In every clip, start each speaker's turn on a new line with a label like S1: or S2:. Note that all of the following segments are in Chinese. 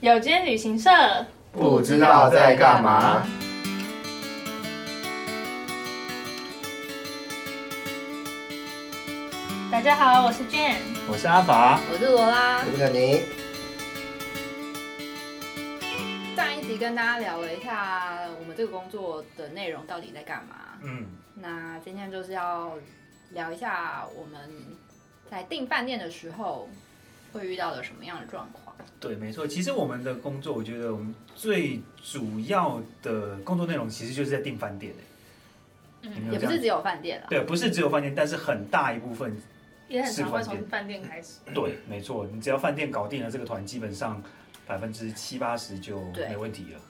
S1: 有间旅行社，
S2: 不知道在干嘛。
S1: 大家好，我是 Jane。
S3: 我是阿法，
S4: 我是罗拉。
S2: 不可能，
S4: 上一集跟大家聊了一下我们这个工作的内容到底在干嘛。
S3: 嗯，
S4: 那今天就是要聊一下我们在订饭店的时候会遇到的什么样的状况。
S3: 对，没错。其实我们的工作，我觉得我们最主要的工作内容其实就是在订饭店诶有没
S1: 嗯，
S3: 有
S4: 也
S3: 这
S4: 不
S3: 样
S4: 是只有饭店啦，
S3: 对，不是只有饭店，但是很大一部分。
S1: 也很常会
S3: 是饭
S1: 从
S3: 店
S1: 饭店开始。
S3: 对，没错，你只要饭店搞定了这个团，基本上百分之七八十就
S4: 对
S3: 没问题了。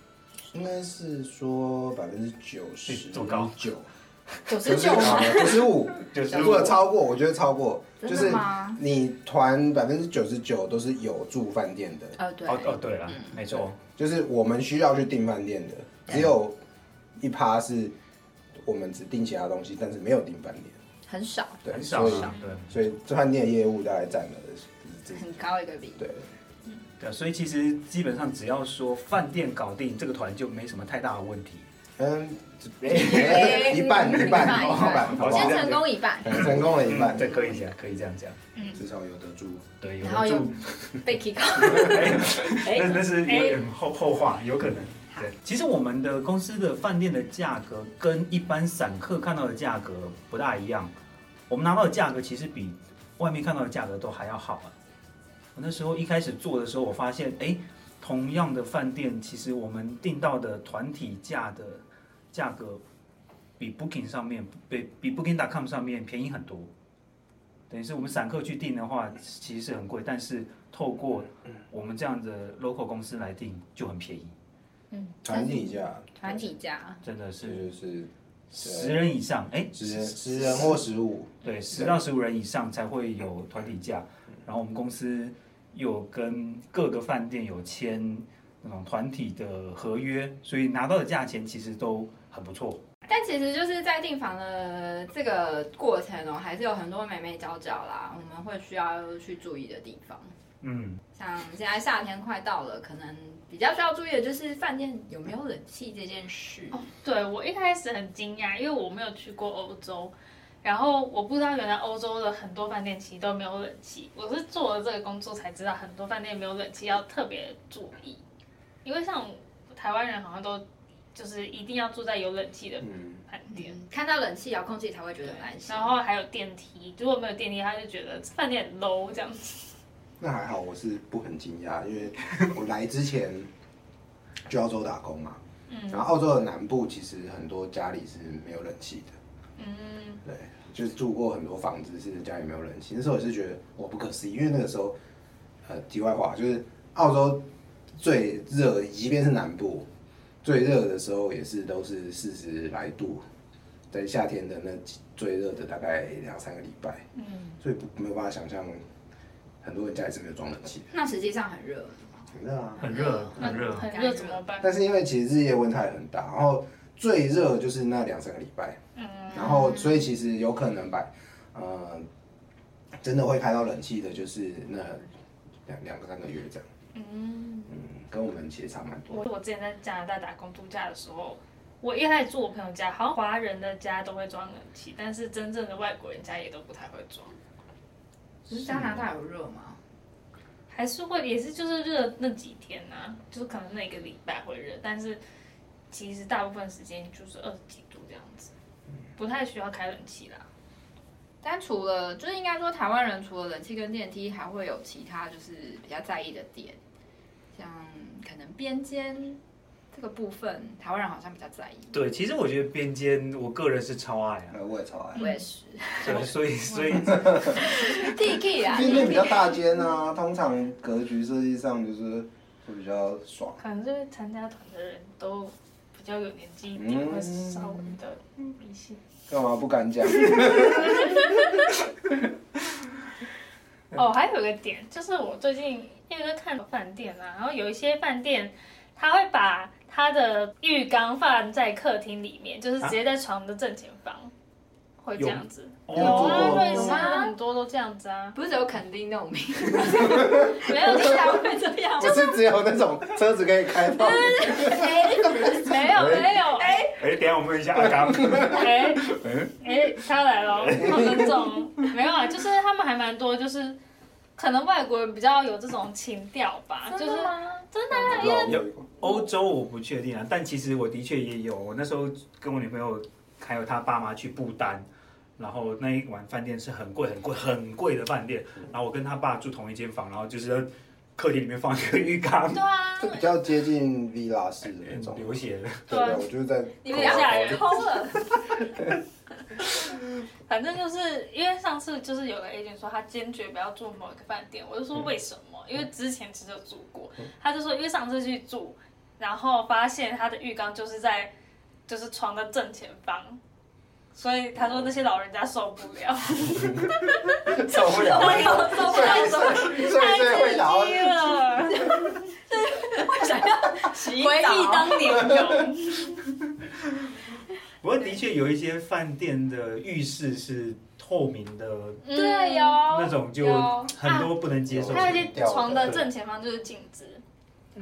S2: 应该是说百分之九十
S3: 哎这么高
S2: 九
S4: 九十九吗？
S2: 九十 五，
S3: 就是
S2: 如果超过，我觉得超过，就
S4: 真的
S2: 是
S4: 吗？
S2: 你团百分之九十九都是有住饭店的，
S4: 呃，对
S3: 哦，哦，对了，没错，
S2: 就是我们需要去订饭店的，只有一趴是我们只订其他东西，但是没有订饭店，
S4: 很少，
S2: 对，
S3: 很少
S2: 所以
S3: 啊，对。
S2: 所以这饭店业务大概占了这
S4: 很高一个比。
S2: 对，
S3: 对，所以其实基本上只要说饭店搞定这个团，就没什么太大的问题。
S2: 嗯，
S4: 哎
S2: 一半一半一半，
S4: 一
S2: 好吧好吧
S4: 先成功一 半，
S2: 成功了一半，
S3: 这可以讲，可以这样讲。
S2: 至少有得住。
S3: 对，有
S4: 然后
S3: 的
S4: 又
S3: 住，
S4: 被 kick out。
S3: 那那是有
S1: 哎
S3: 点后后话，有可能。对，其实我们的公司的饭店的价格跟一般散客看到的价格不大一样，我们拿到的价格其实比外面看到的价格都还要好啊。我那时候一开始做的时候，我发现，哎，同样的饭店，其实我们订到的团体价的价格比 Booking 上面，比比 Booking.com 上面便宜很多。等于是我们散客去订的话，其实是很贵，但是透过我们这样的 local 公司来订就很便宜，
S4: 嗯，
S2: 团体价，
S4: 团体价，
S3: 真的
S2: 这
S3: 是
S2: 就是
S3: 十人以上，哎，
S2: 十人十人或十五，
S3: 对，十到十五人以上才会有团体价。然后我们公司有跟各个饭店有签那种团体的合约，所以拿到的价钱其实都很不错。
S4: 但其实就是在订房的这个过程哦，还是有很多眉眉角角啦，我们会需要去注意的地方。
S3: 嗯，
S4: 像现在夏天快到了，可能比较需要注意的就是饭店有没有冷气这件事。
S1: 哦对我一开始很惊讶，因为我没有去过欧洲，然后我不知道原来欧洲的很多饭店其实都没有冷气。我是做了这个工作才知道，很多饭店没有冷气要特别注意，因为像台湾人好像都就是一定要住在有冷气的
S2: 嗯，
S1: 饭店。
S4: 嗯看到冷气遥控器才会觉得哎很安心
S1: 然。后还有电梯，如果没有电梯，他就觉得饭店很 low 这样子。
S2: 那还好，我是不很惊讶，因为我来之前去澳洲打工嘛，
S1: 嗯
S2: 然后澳洲的南部其实很多家里是没有冷气的，
S1: 嗯，
S2: 对，就是住过很多房子是家里没有冷气，那时候我是觉得我不可思议，因为那个时候，呃，题外话就是澳洲最热，即便是南部最热的时候也是都是四十来度，在夏天的那几最热的大概两三个礼拜，
S1: 嗯，
S2: 所以不没有办法想象，很多人家里是没有装冷气的，
S4: 那实际上很热，
S1: 嗯
S2: 很热啊。
S3: 很热，很热。
S1: 很热怎么办？
S2: 但是因为其实日夜温差也很大，然后最热就是那两三个礼拜，
S1: 嗯
S2: 然后所以其实有可能把，呃，真的会开到冷气的，就是那两两个三个月这样，
S1: 嗯，
S2: 嗯，跟我们其实差蛮多
S1: 我我之前在加拿大打工度假的时候，我一开始住我朋友家，好像华人的家都会装冷气，但是真正的外国人家也都不太会装，
S4: 只是加拿大有热吗？
S1: 还是会也是就是热那几天啊，就是可能那个礼拜会热，但是其实大部分时间就是二十几度这样子，不太需要开冷气啦。
S4: 但除了就是应该说台湾人除了冷气跟电梯，还会有其他就是比较在意的点，像可能边间这个部分，台湾人好像比较在意。
S3: 对，其实我觉得边间，我个人是超爱 啊，
S2: 呃，我也超爱。
S4: 我 也是
S3: 对所以所以
S4: T K 啊，
S2: 因为比较大间啊，通常格局设计上就是会比较爽。
S1: 可能就是参加团的人都比较有年纪一点，
S2: 嗯
S1: 会稍微的一些。
S2: 干嘛不敢讲？
S1: 哦，还有一个点就是我最近因为在看饭店啊，然后有一些饭店他会把他的浴缸放在客厅里面，就是直接在床的正前方。会这样子。
S3: 有
S1: 有啊，
S3: 哦
S1: 瑞
S4: 有
S1: 士
S4: 吗
S1: 很多都这样子啊，
S4: 不是只有肯定那种名，
S1: 没
S4: 肯
S1: 有
S4: 定才会这样。
S2: 我是只有那种车子可以开到，
S1: 没有没有，哎
S3: 哎，等一下我问一下阿刚，
S1: 哎
S3: 嗯
S1: 哎，他来了，好尊重。没有啊，就是他们还蛮多，就是可能外国人比较有这种情调吧，就是
S4: 吗？
S1: 真的啊，因为
S2: 老有
S3: 欧洲我不确定啊，但其实我的确也有，我那时候跟我女朋友还有她爸妈去不丹，然后那一晚饭店是很贵很贵很贵的饭店，然后我跟她爸住同一间房，然后就是在客厅里面放一个浴 缸，
S1: 对啊
S2: 就，比较接近 villa 式的那种。
S3: 流血了。
S2: 对对，我就是在
S4: 你
S1: 们
S4: 们
S1: 俩
S4: 俩偷了，
S1: 反正就是因为上次就是有个 agent 说他坚决不要住某一个饭店，我就说为什么？因为之前其实有住过，他就说因为上次去住，然后发现他的浴缸就是在就是床的正前方，所以他说那些老人家受不了，
S2: 受不 了，
S4: 受不了，受不了，
S2: 所以所以会
S1: 太
S2: 想要
S1: 刺激了，
S4: 回
S1: 回忆当年勇，
S3: 不过的确有一些饭店的浴室是透明的，
S4: 对
S1: 哟。
S3: 那
S4: 哟，
S3: 种就
S1: 哦有啊
S3: 很多不能接受。
S1: 嗯还有一些床的正前方就是镜子，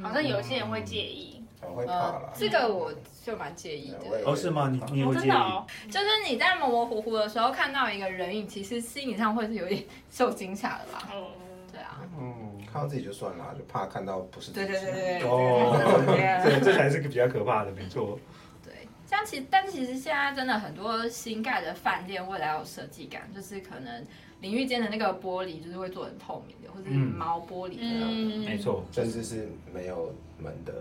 S1: 好像有些人会介意，
S2: 我会怕
S4: 呃
S2: 啦，。
S4: 这个我就蛮介意
S2: 我也
S4: 的。
S3: 哦，是吗？你你有
S1: 哦
S3: 介
S1: 真
S3: 意
S1: 的？哦，
S4: 就是你在模模糊糊的时候看到一个人影，其实心理上会是有点受惊吓的吧？
S1: 哦，
S4: 对啊，
S3: 嗯，
S2: 看到自己就算了，就怕看到不是自
S4: 对
S2: 己。
S4: 对对对对，
S3: 哦
S1: 对啊
S3: 这这才是个比较可怕的，没错。
S4: 对，像其但其实现在真的很多新盖的饭店未来有设计感，就是可能淋浴间的那个玻璃就是会做成透明的，或者是
S3: 嗯
S4: 毛玻璃的，
S1: 嗯，
S3: 没，错，
S2: 甚至是没有门的。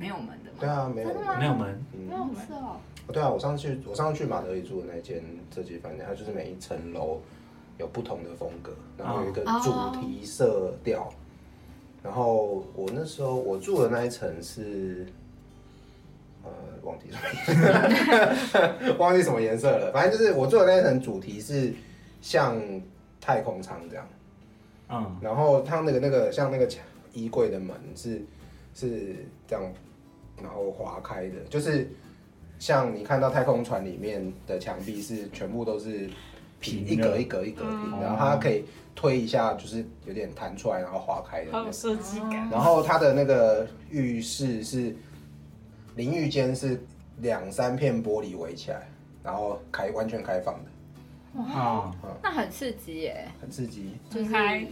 S4: 没有门的
S2: 对
S4: 嘛。
S2: 啊，没有
S4: 真的吗
S2: 门。
S3: 没有门，
S4: 没
S2: 嗯，
S4: 有门哦，
S2: 对啊，我上次去我上次去马德里住的那间设计饭店，它就是每一层楼有不同的风格，然后有一个主题色调。然后我那时候我住的那一层是，呃，忘记什么，忘记什么颜色了。 反正就是我住的那一层主题是像太空舱这样。
S3: 嗯，
S2: 然后它那个那个像那个墙衣柜的门是是这样，然后划开的，就是像你看到太空船里面的墙壁是全部都是
S3: 平
S2: 平一格
S3: 的
S2: 一格一格平
S3: 嗯
S2: 的，然后它可以推一下，就是有点弹出来，然后划开的
S1: 好
S2: 那
S1: 有
S2: 种。
S1: 设计感，
S2: 然后它的那个浴室是淋浴间是两三片玻璃围起来，然后开完全开放的，
S3: 啊，
S4: 那很刺激耶！
S2: 很刺激。
S1: 就
S4: 就是
S1: 嗨，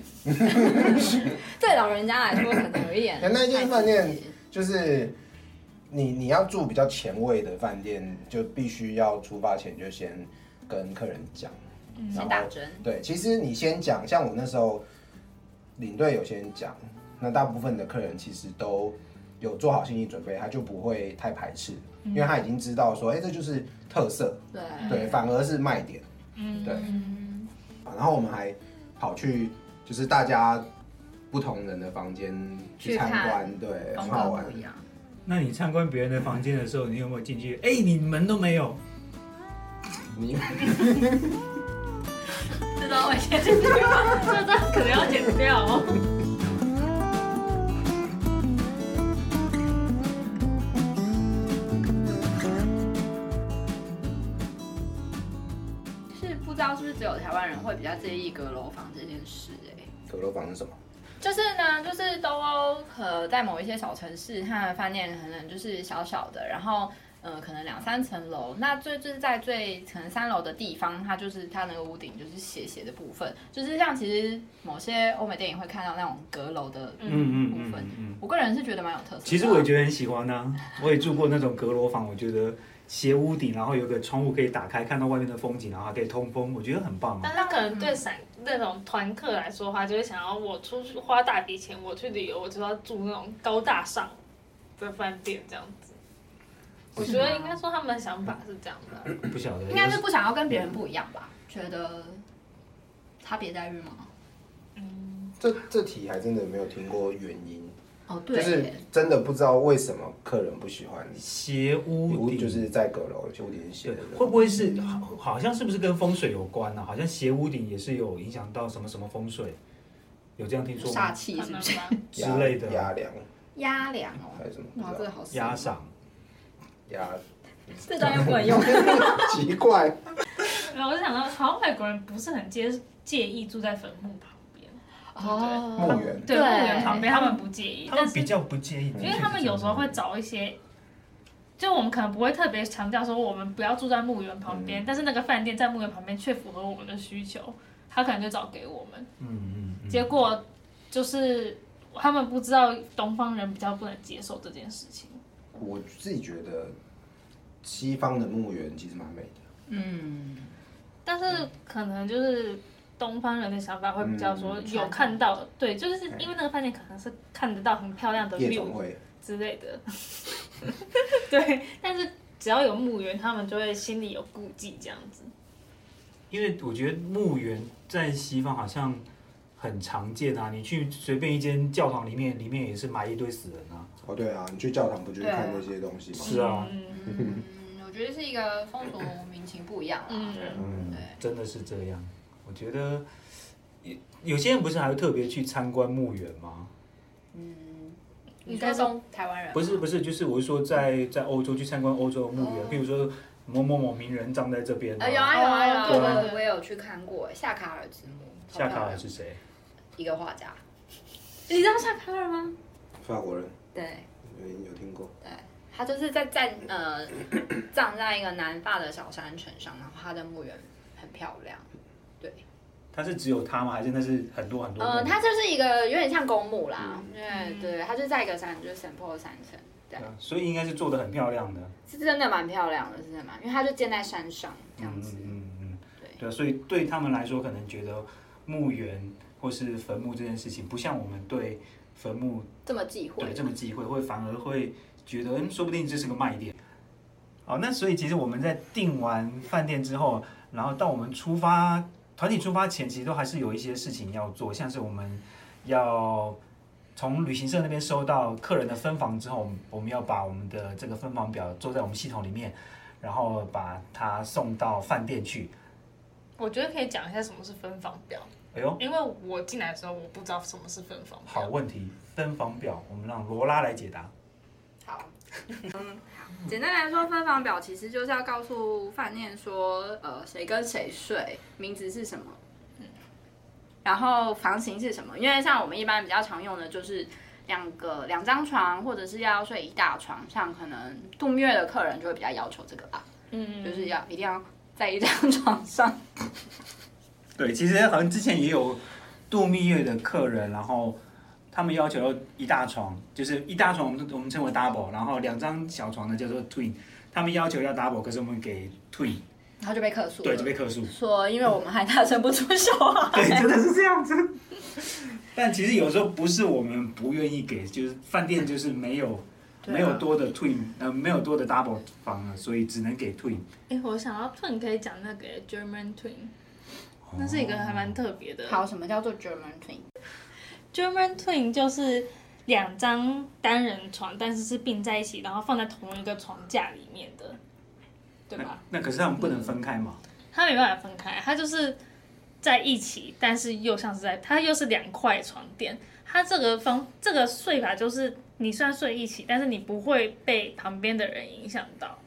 S4: 对老人家来说可能有一点
S2: 哎那一间饭店
S4: 太刺激
S2: 就是你你要住比较前卫的饭店，就必须要出发前就先跟客人讲，
S1: 嗯
S2: 然
S4: 先
S2: 后
S4: 打针，
S2: 对，其实你先讲，像我那时候领队有先讲，那大部分的客人其实都有做好心理准备，他就不会太排斥，
S4: 嗯
S2: 因为他已经知道说，哎、这就是特色，
S4: 对
S2: 对，反而是卖点，
S1: 嗯，
S2: 嗯对。
S4: 嗯，
S2: 然后我们还跑去就是大家不同人的房间去
S4: 去
S2: 参
S4: 看
S2: 观，对，很
S4: 风
S2: 好
S4: 格
S2: 玩
S4: 不。一样。
S3: 那你参观别人的房间的时候，你有没有进去？哎，你门都没有，
S2: 你
S4: 这段我先
S1: 这段可能要剪掉哦。
S4: 是不知道是不是只有台湾人会比较介意阁楼房这件事哎、
S2: 阁楼房是什么？
S4: 就是呢，就是东欧呃，在某一些小城市，它的饭店可能就是小小的，然后呃，可能两三层楼。那最就是在最可能三楼的地方，它就是它那个屋顶就是斜斜的部分，就是像其实某些欧美电影会看到那种阁楼的。
S3: 嗯
S4: 部分。我个人是觉得蛮有特色的啊。
S3: 其实我也觉得很喜欢呢，我也住过那种阁楼房，我觉得斜屋顶，然后有个窗户可以打开，看到外面的风景，然后还可以通风，我觉得很棒啊。
S1: 但他可能对散那种团客来说的话，就会想要我出去花大笔钱，我去旅游，我就要住那种高大上的饭店这样子。我觉得应该说他们的想法是这样的，
S3: 不晓得，
S4: 应该是不想要跟别人不一样吧？觉得差别待遇吗？
S2: 这这题还真的没有听过原因，
S3: 嗯
S4: 哦，对
S2: 就
S4: 耶，
S2: 是真的不知道为什么客人不喜欢
S3: 斜屋顶，
S2: 就是在阁楼有点写
S3: 对
S2: 的，，
S3: 会不会是好好像是不是跟风水有关呢、好像斜屋顶也是有影响到什么什么风水，有这样听说
S4: 煞
S3: 吗？
S4: 气
S1: 可
S4: 是
S1: 能
S4: 不是？
S1: 吧。
S3: 之类的
S2: 压梁
S4: 压梁哦，
S2: 还是什么？
S4: 哇，
S2: 不知
S4: 这个
S2: 道
S4: 好深
S3: 压，嗓，
S2: 压
S4: 这张又不能用。
S2: 奇怪，
S1: 然后我就想到，好像外国人不是很介介意住在坟墓旁边，
S4: 哦，
S2: 墓园
S1: 对
S4: 对
S1: 墓园旁边他们不介意，
S3: 他
S1: 但
S3: 们
S1: 是
S3: 比较不介意，嗯
S1: 因为他们有时候会找一些，就我们可能不会特别强调说我们不要住在墓园旁边，但是那个饭店在墓园旁边却符合我们的需求，他可能就找给我们，
S3: 嗯嗯嗯，
S1: 结果就是他们不知道东方人比较不能接受这件事情。
S2: 我自己觉得西方的墓园其实蛮美的。
S4: 嗯，
S1: 但是可能就是东方人的想法会比较说
S4: 嗯
S1: 有看到，对，就是因为那个饭店可能是看得到很漂亮的
S2: 夜总
S1: view
S2: 会，
S1: 之类 的，对。但是只要有墓园，他们就会心里有顾忌这样子。
S3: 因为我觉得墓园在西方好像很常见啊，你去随便一间教堂里面，里面也是埋一堆死人啊。
S2: 哦对啊，你去教堂不就是看那些东西吗？
S3: 是啊
S1: 嗯
S4: 嗯，我觉得是一个风俗民情不一样啦。
S1: 嗯，
S3: 嗯
S4: 对，
S3: 真的是这样。我觉得有有些人不是还会特别去参观墓园吗？
S4: 嗯，
S1: 你
S4: 你
S1: 说
S4: 说
S1: 中
S4: 中台湾人
S3: 不是不是，就是我是说在在欧洲去参观欧洲的墓园，
S4: 哦
S3: 譬如说某某某名人葬在这边、
S4: 呃，有啊有啊有啊，
S1: 对
S4: 我我也有去看过夏卡尔之墓，
S3: 夏卡尔是谁？
S4: 一个画家，
S1: 你知道夏卡尔吗？
S2: 法国人
S4: 对
S2: 有有听过？
S4: 对，他就是在在呃 葬在一个南法的小山城上，然后他的墓园很漂亮。
S3: 他是只有他吗？还是那是很多很多？
S4: 呃，它就是一个有点像公墓啦，
S1: 嗯
S4: 对对，它就在一个山，就是 s a n Paul 山城，对
S3: 对，啊所以应该是做的很漂亮的。
S4: 是真的蛮漂亮的，是真的蛮，因为它就建在山上这样子。
S3: 嗯嗯嗯，
S4: 对
S3: 对啊，所以对他们来说，可能觉得墓园或是坟墓这件事情，不像我们对坟墓
S4: 这么忌
S3: 嗯对
S4: 讳，
S3: 这么忌讳，会反而会觉得，嗯，说不定这是个卖点。好，那所以其实我们在订完饭店之后，然后到我们出发团体出发前，其实都还是有一些事情要做，像是我们要从旅行社那边收到客人的分房之后，我们我们要把我们的这个分房表做在我们系统里面，然后把它送到饭店去。
S1: 我觉得可以讲一下什么是分房表，
S3: 哎呦，
S1: 因为我进来的时候我不知道什么是分房表。
S3: 好问题，分房表，我们让罗拉来解答。
S4: 好，嗯，简单来说，分房表其实就是要告诉饭店说，呃，谁跟谁睡，名字是什么，然后房型是什么。因为像我们一般比较常用的就是两个两张床，或者是要睡一大床，像可能度蜜月的客人就会比较要求这个吧，
S1: 嗯，
S4: 就是要一定要在一张 床上。
S3: 对，其实好像之前也有度蜜月的客人，然后他们要求一大床，就是一大床我们我们称为 double，然后两张小床呢叫做 twin，他们要求要 double，可是我们给 twin，
S4: 然后就被客诉了，
S3: 对，就被 客诉。
S4: 说因为我们还大声不出手啊，
S3: 对，真的是这样子。但其实有时候不是我们不愿意给，就是饭店就是没有、
S4: 对啊
S3: 没有多的 twin，呃，没有多的 double 房了，所以只能给 twin。
S1: 哎，我想要 twin 可以讲那个欸 German twin，那是一个还蛮特别的。
S4: 好，什么叫做 German twin？
S1: German twin 就是两张单人床，但是是并在一起，然后放在同一个床架里面的，对
S3: 那
S1: 吧？
S3: 那可是他们不能分开嘛。
S1: 它没办法分开，它就是在一起，但是又像是在，它又是两块床垫。它这个方这个睡法就是，你虽然睡一起，但是你不会被旁边的人影响到。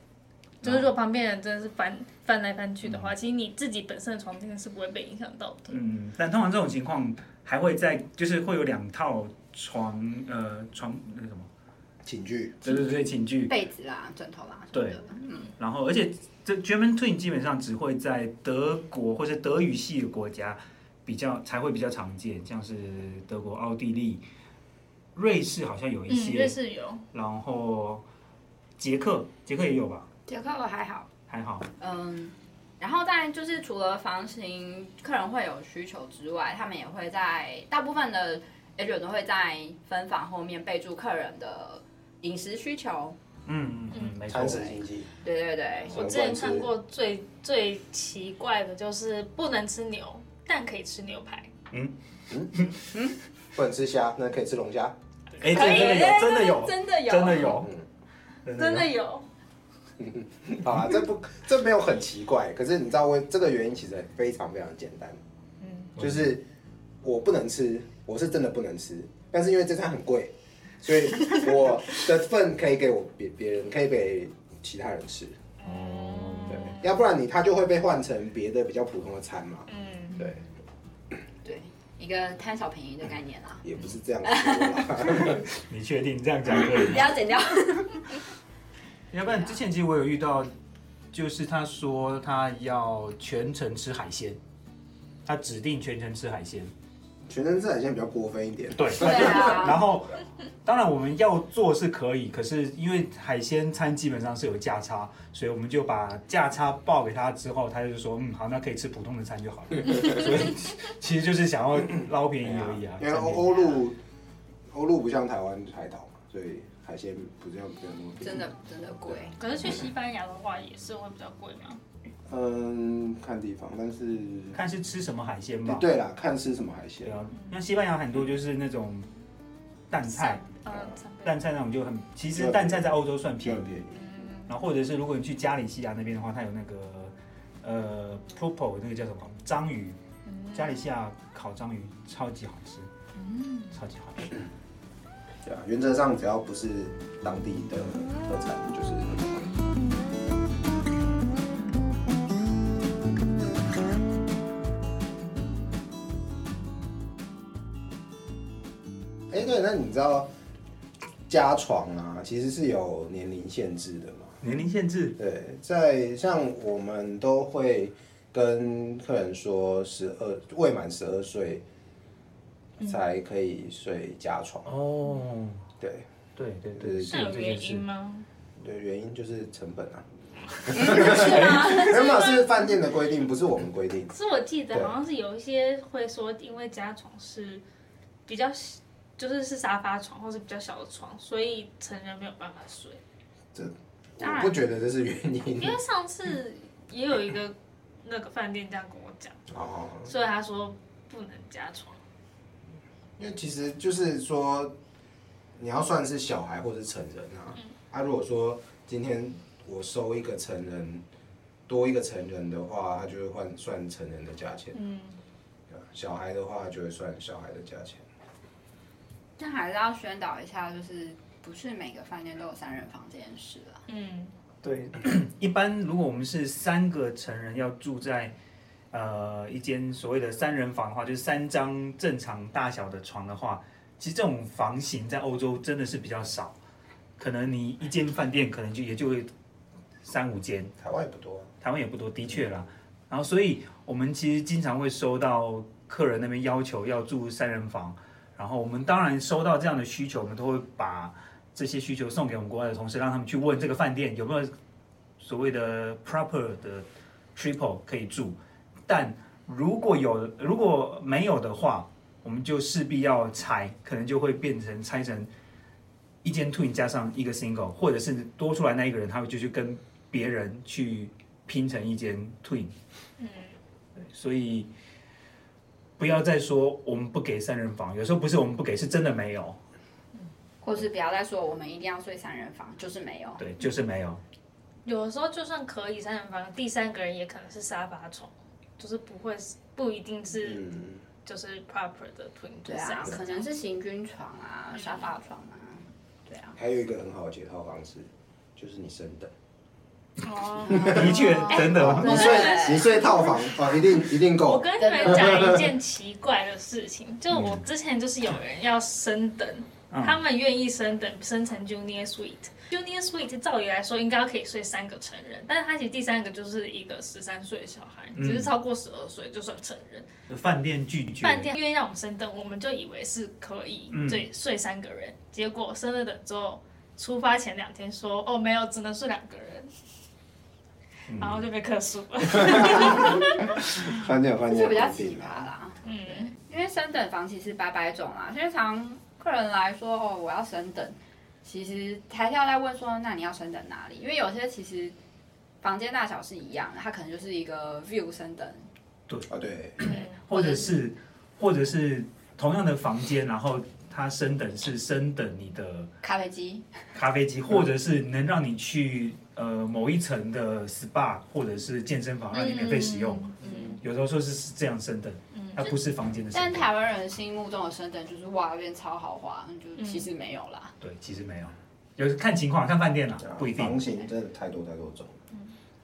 S1: 就是如果旁边人真的是翻翻来翻去的话，其实你自己本身的床垫是不会被影响到的。
S3: 嗯，但通常这种情况还会在，就是会有两套床，呃，床那个什么，
S2: 请剧
S3: 对对对，寝具。
S4: 被子啦、枕头啦，
S3: 对
S4: 什么的，嗯，
S3: 然后，而且这 German Twin 基本上只会在德国或者德语系的国家比较才会比较常见，像是德国、奥地利、瑞士好像有一
S1: 嗯，
S3: 些，
S1: 瑞士有，
S3: 然后捷克，捷克也有吧？
S4: 杰克我还好，
S3: 还好，
S4: 嗯，然后但就是除了房型客人会有需求之外，他们也会在大部分的 agent 都会在分房后面备注客人的饮食需求，
S3: 嗯嗯嗯，没错
S2: 餐，食经济，
S4: 对对对，
S1: 我之前看过最最奇怪的就是不能吃牛，但可以吃牛排。
S2: 不能吃虾，那可以吃龙虾。嗯
S3: 哎，
S1: 可
S3: 这
S1: 以
S3: 个真的有，
S4: 哎真的有，
S3: 真的，有，啊真的有，
S1: 真的有，
S2: 好啦，这不这没有很奇怪，可是你知道为这个原因其实非常非常简单，
S1: 嗯，
S2: 就是我不能吃，我是真的不能吃，但是因为这餐很贵，所以我的份可以给我别别人，可以给其他人吃。
S3: 哦
S2: 对要不然你它就会被换成别的比较普通的餐嘛。
S1: 嗯，
S2: 对，
S4: 对，一个贪小便宜的概念啦，
S2: 也不是这样说啦。
S3: 你确定这样讲可以
S4: 不要剪掉。
S3: 要不然之前其实我有遇到，就是他说他要全程吃海鲜，他指定全程吃海鲜。
S2: 全身自海鲜比较过分一点。
S3: 对，
S4: 对啊
S3: 然后当然我们要做是可以，可是因为海鲜餐基本上是有价差，所以我们就把价差报给他之后，他就说嗯好，那可以吃普通的餐就好 了。所以其实就是想要捞便宜而已啊。
S2: 因为欧欧陆欧陆不像台湾海岛嘛，所以海鲜不这样不要那么便宜
S4: 真的。真的贵，
S1: 可是去西班牙的话也是会比较贵嘛。
S2: 嗯，看地方，但是
S3: 看是吃什么海鲜吧
S2: 哎。对啦，看吃什么海鲜
S3: 对。啊，像西班牙很多就是那种淡菜，
S1: 嗯，
S3: 淡菜那种就很，其实淡菜在欧洲算
S2: 比较
S3: 便宜。
S2: 便宜，
S1: 嗯
S3: 然后或者是如果你去加里西亚那边的话，它有那个呃 p o p o 那个叫什么章鱼，加里西亚烤章鱼超级好吃，嗯，超级好吃。
S2: 对啊，原则上只要不是当地的特产，就是哎、对，那你知道家床啊，其实是有年龄限制的嘛？
S3: 年龄限制，
S2: 对，在像我们都会跟客人说，十二未满十二岁
S1: 嗯
S2: 才可以睡家床。
S3: 哦，
S2: 对
S3: 对对
S2: 对对
S3: 对，
S1: 是有原因吗？
S2: 对，原因就是成本啊。
S1: 嗯
S2: 原本是饭店的规定，不是我们规定。
S1: 可是我记得
S2: 对
S1: 好像是有一些会说，因为家床是比较小就是是沙发床或是比较小的床，所以成人没有办法睡。当
S2: 我
S1: 然
S2: 不觉得这是原因
S1: 因。为上次也有一个那个饭店这样跟我讲，
S2: 哦，
S1: 所以他说不能加床。
S2: 因为其实就是说，你要算是小孩或是成人啊。
S1: 嗯
S2: 啊，如果说今天我收一个成人，多一个成人的话，他就会换算成人的价钱。
S1: 嗯，
S2: 对啊小孩的话就会算小孩的价钱。
S4: 但还是要宣导一下，就是不是每个饭店都有三人房这件事啦。
S1: 嗯，
S3: 对， 一般如果我们是三个成人要住在。呃，一间所谓的三人房的话，就是三张正常大小的床的话，其实这种房型在欧洲真的是比较少，可能你一间饭店可能就也就会三五间，
S2: 台湾也不多啊、
S3: 台湾也不多，的确啦。然后，所以我们其实经常会收到客人那边要求要住三人房，然后我们当然收到这样的需求，我们都会把这些需求送给我们国外的同事，让他们去问这个饭店有没有所谓的 proper 的 triple 可以住。但如果有，如果没有的话，我们就势必要拆，可能就会变成拆成一间 twin 加上一个 single，或者是多出来那一个人，他会就去跟别人去拼成一间 twin。嗯，所以不要再说我们不给三人房，有时候不是我们不给，是真的没有，
S4: 或是不要再说我们一定要睡三人房，就是没有。
S3: 对，就是没有。
S1: 有的时候就算可以三人房，第三个人也可能是沙发床，就是不会是不一定是
S2: 嗯，
S1: 就是 proper 的 twin
S4: 对啊，
S1: size
S4: 可能是行军床啊、沙发床啊，对啊。
S2: 还有一个很好的解套方式，就是你升 等。
S1: 哦。
S3: 的确，
S4: 哎
S3: 真的，
S2: 你睡
S4: 对
S2: 你睡套房啊，一定一定
S1: 我
S2: 够。
S1: 跟你们讲一件奇怪的事情，就我之前就是有人要升等，
S3: 嗯
S1: 他们愿意升等升成 junior suite。junior suite 照理来说应该可以睡三个成人，但是他其实第三个就是一个十三岁的小孩，
S3: 嗯
S1: 只是超过十二岁就算成人。
S3: 饭店拒绝，
S1: 饭店因为让我们升等，我们就以为是可以
S3: 嗯
S1: 对睡三个人，结果升了等之后，出发前两天说哦没有，只能睡两个人，
S3: 嗯
S1: 然后就被克数了。
S2: 饭店有饭
S4: 这
S2: 店的
S4: 比较
S2: 规
S4: 奇
S2: 定
S4: 葩
S2: 啊，
S4: 啦，
S1: 嗯，
S4: 因为升等房其实百百种啦，因为常客人来说哦我要升等，其实还是要再问说那你要升等哪里？因为有些其实房间大小是一样的，它可能就是一个 view 升等，
S2: 啊，对，
S1: 嗯
S3: 或者是或者是同样的房间，然后它升等是升等你的
S4: 咖啡机，
S3: 咖啡机，或者是能让你去呃某一层的 SPA 或者是健身房，让你免费使用。
S1: 嗯，
S3: 有时候说是是这样升等，它不是房间的
S4: 但
S3: 升等。
S4: 台湾人心目中的升等就是哇变超豪华，就其实没有啦。
S3: 对，其实啊没有，有看情况，看饭店啦，不一定。
S2: 房型真的太多太多种，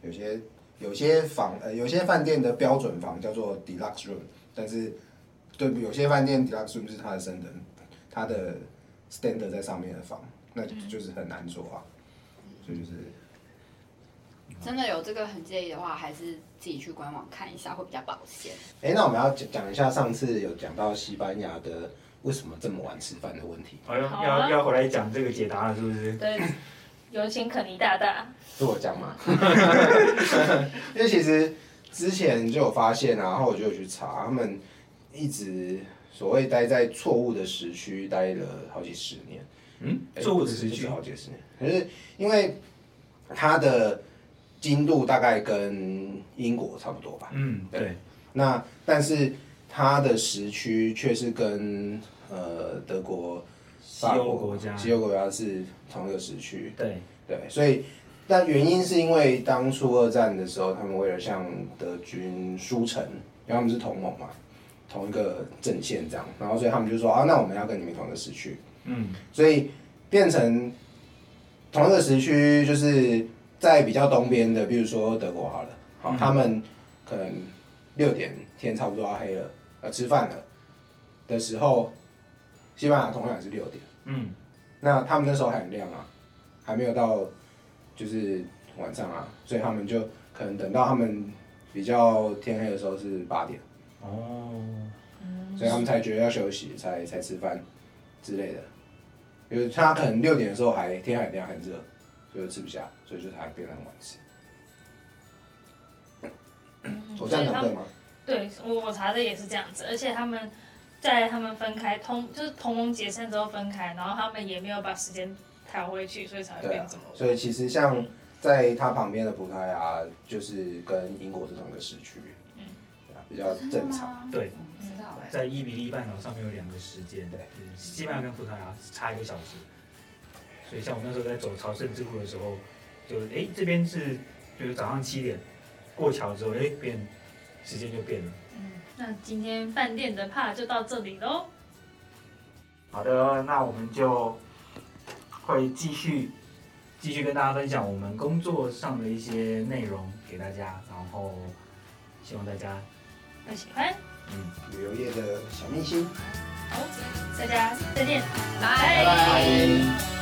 S2: 有些有些房呃有些饭店的标准房叫做 deluxe room，但是对有些饭店 deluxe room 是它的升等，它的 standard 在上面的房，那就是很难做啊。所以就是
S4: 真的有这个很介意的话，还是自己去官网看一下会比较保险。
S2: 哎、那我们要讲讲一下上次有讲到西班牙的为什么这么晚吃饭的问题，
S3: 好，要
S1: 好啊
S3: 哎要要回来讲这个解答了，是不是？
S1: 对，有请肯尼大大。
S2: 是我讲 吗？ 因为其实之前就有发现啊，然后我就有去查，他们一直所谓待在错误的时区待了好几十年。
S3: 嗯，
S2: 哎
S3: 错误
S2: 不
S3: 的
S2: 止
S3: 时
S2: 不
S3: 区
S2: 止，好解释，可是因为它的精度大概跟英国差不多吧，
S3: 嗯，
S2: 对
S3: 对，
S2: 那但是它的时区却是跟呃德国、
S3: 西
S2: 法
S3: 欧
S2: 国
S3: 国家，
S2: 西欧国家是同一个时区，
S3: 对，
S2: 对，所以但原因是因为当初二战的时候，他们为了向德军输诚，然后他们是同盟嘛，同一个阵线这样，然后所以他们就说啊，那我们要跟你们同一个时区。
S3: 嗯，
S2: 所以变成同一个时区，就是在比较东边的，比如说德国好了，好，
S3: 嗯
S2: 他们可能六点天差不多要黑了，呃，吃饭了的时候，西班牙同样也是六点，
S3: 嗯，
S2: 那他们那时候还很亮啊，还没有到就是晚上啊，所以他们就可能等到他们比较天黑的时候是八点，
S3: 哦，
S1: 嗯
S2: 所以他们才觉得要休息，才才吃饭之类的。因为他可能六点的时候还天还亮还热，所以就吃不下，所以就才变得很晚吃。
S1: 嗯
S2: 我这样讲对吗？
S1: 对我我查的也是这样子，而且他们在他们分开同就是同盟解散之后分开，然后他们也没有把时间调回去，所以才会
S2: 对
S1: 变
S2: 啊
S1: 这么，晚。
S2: 所以其实像在他旁边的葡萄牙，就是跟英国是同一个时区，
S1: 嗯
S2: 对啊，比较正常。
S4: 常
S3: 对，
S4: 我不知道哎、
S3: 在伊比利半岛上面有两个时间，
S2: 对，
S3: 西班牙跟葡萄牙差一个小时，所以像我那时候在走朝圣之路的时候，就是哎这边是就是早上七点，过桥之后哎变时间就变了。
S1: 嗯，那今天饭店的 part 就到这里喽。
S3: 好的，那我们就会继续继续跟大家分享我们工作上的一些内容给大家，然后希望大家
S1: 那喜欢，
S3: 嗯
S2: 旅游业的小秘辛。
S1: 好，大家再见，
S4: 拜
S2: 拜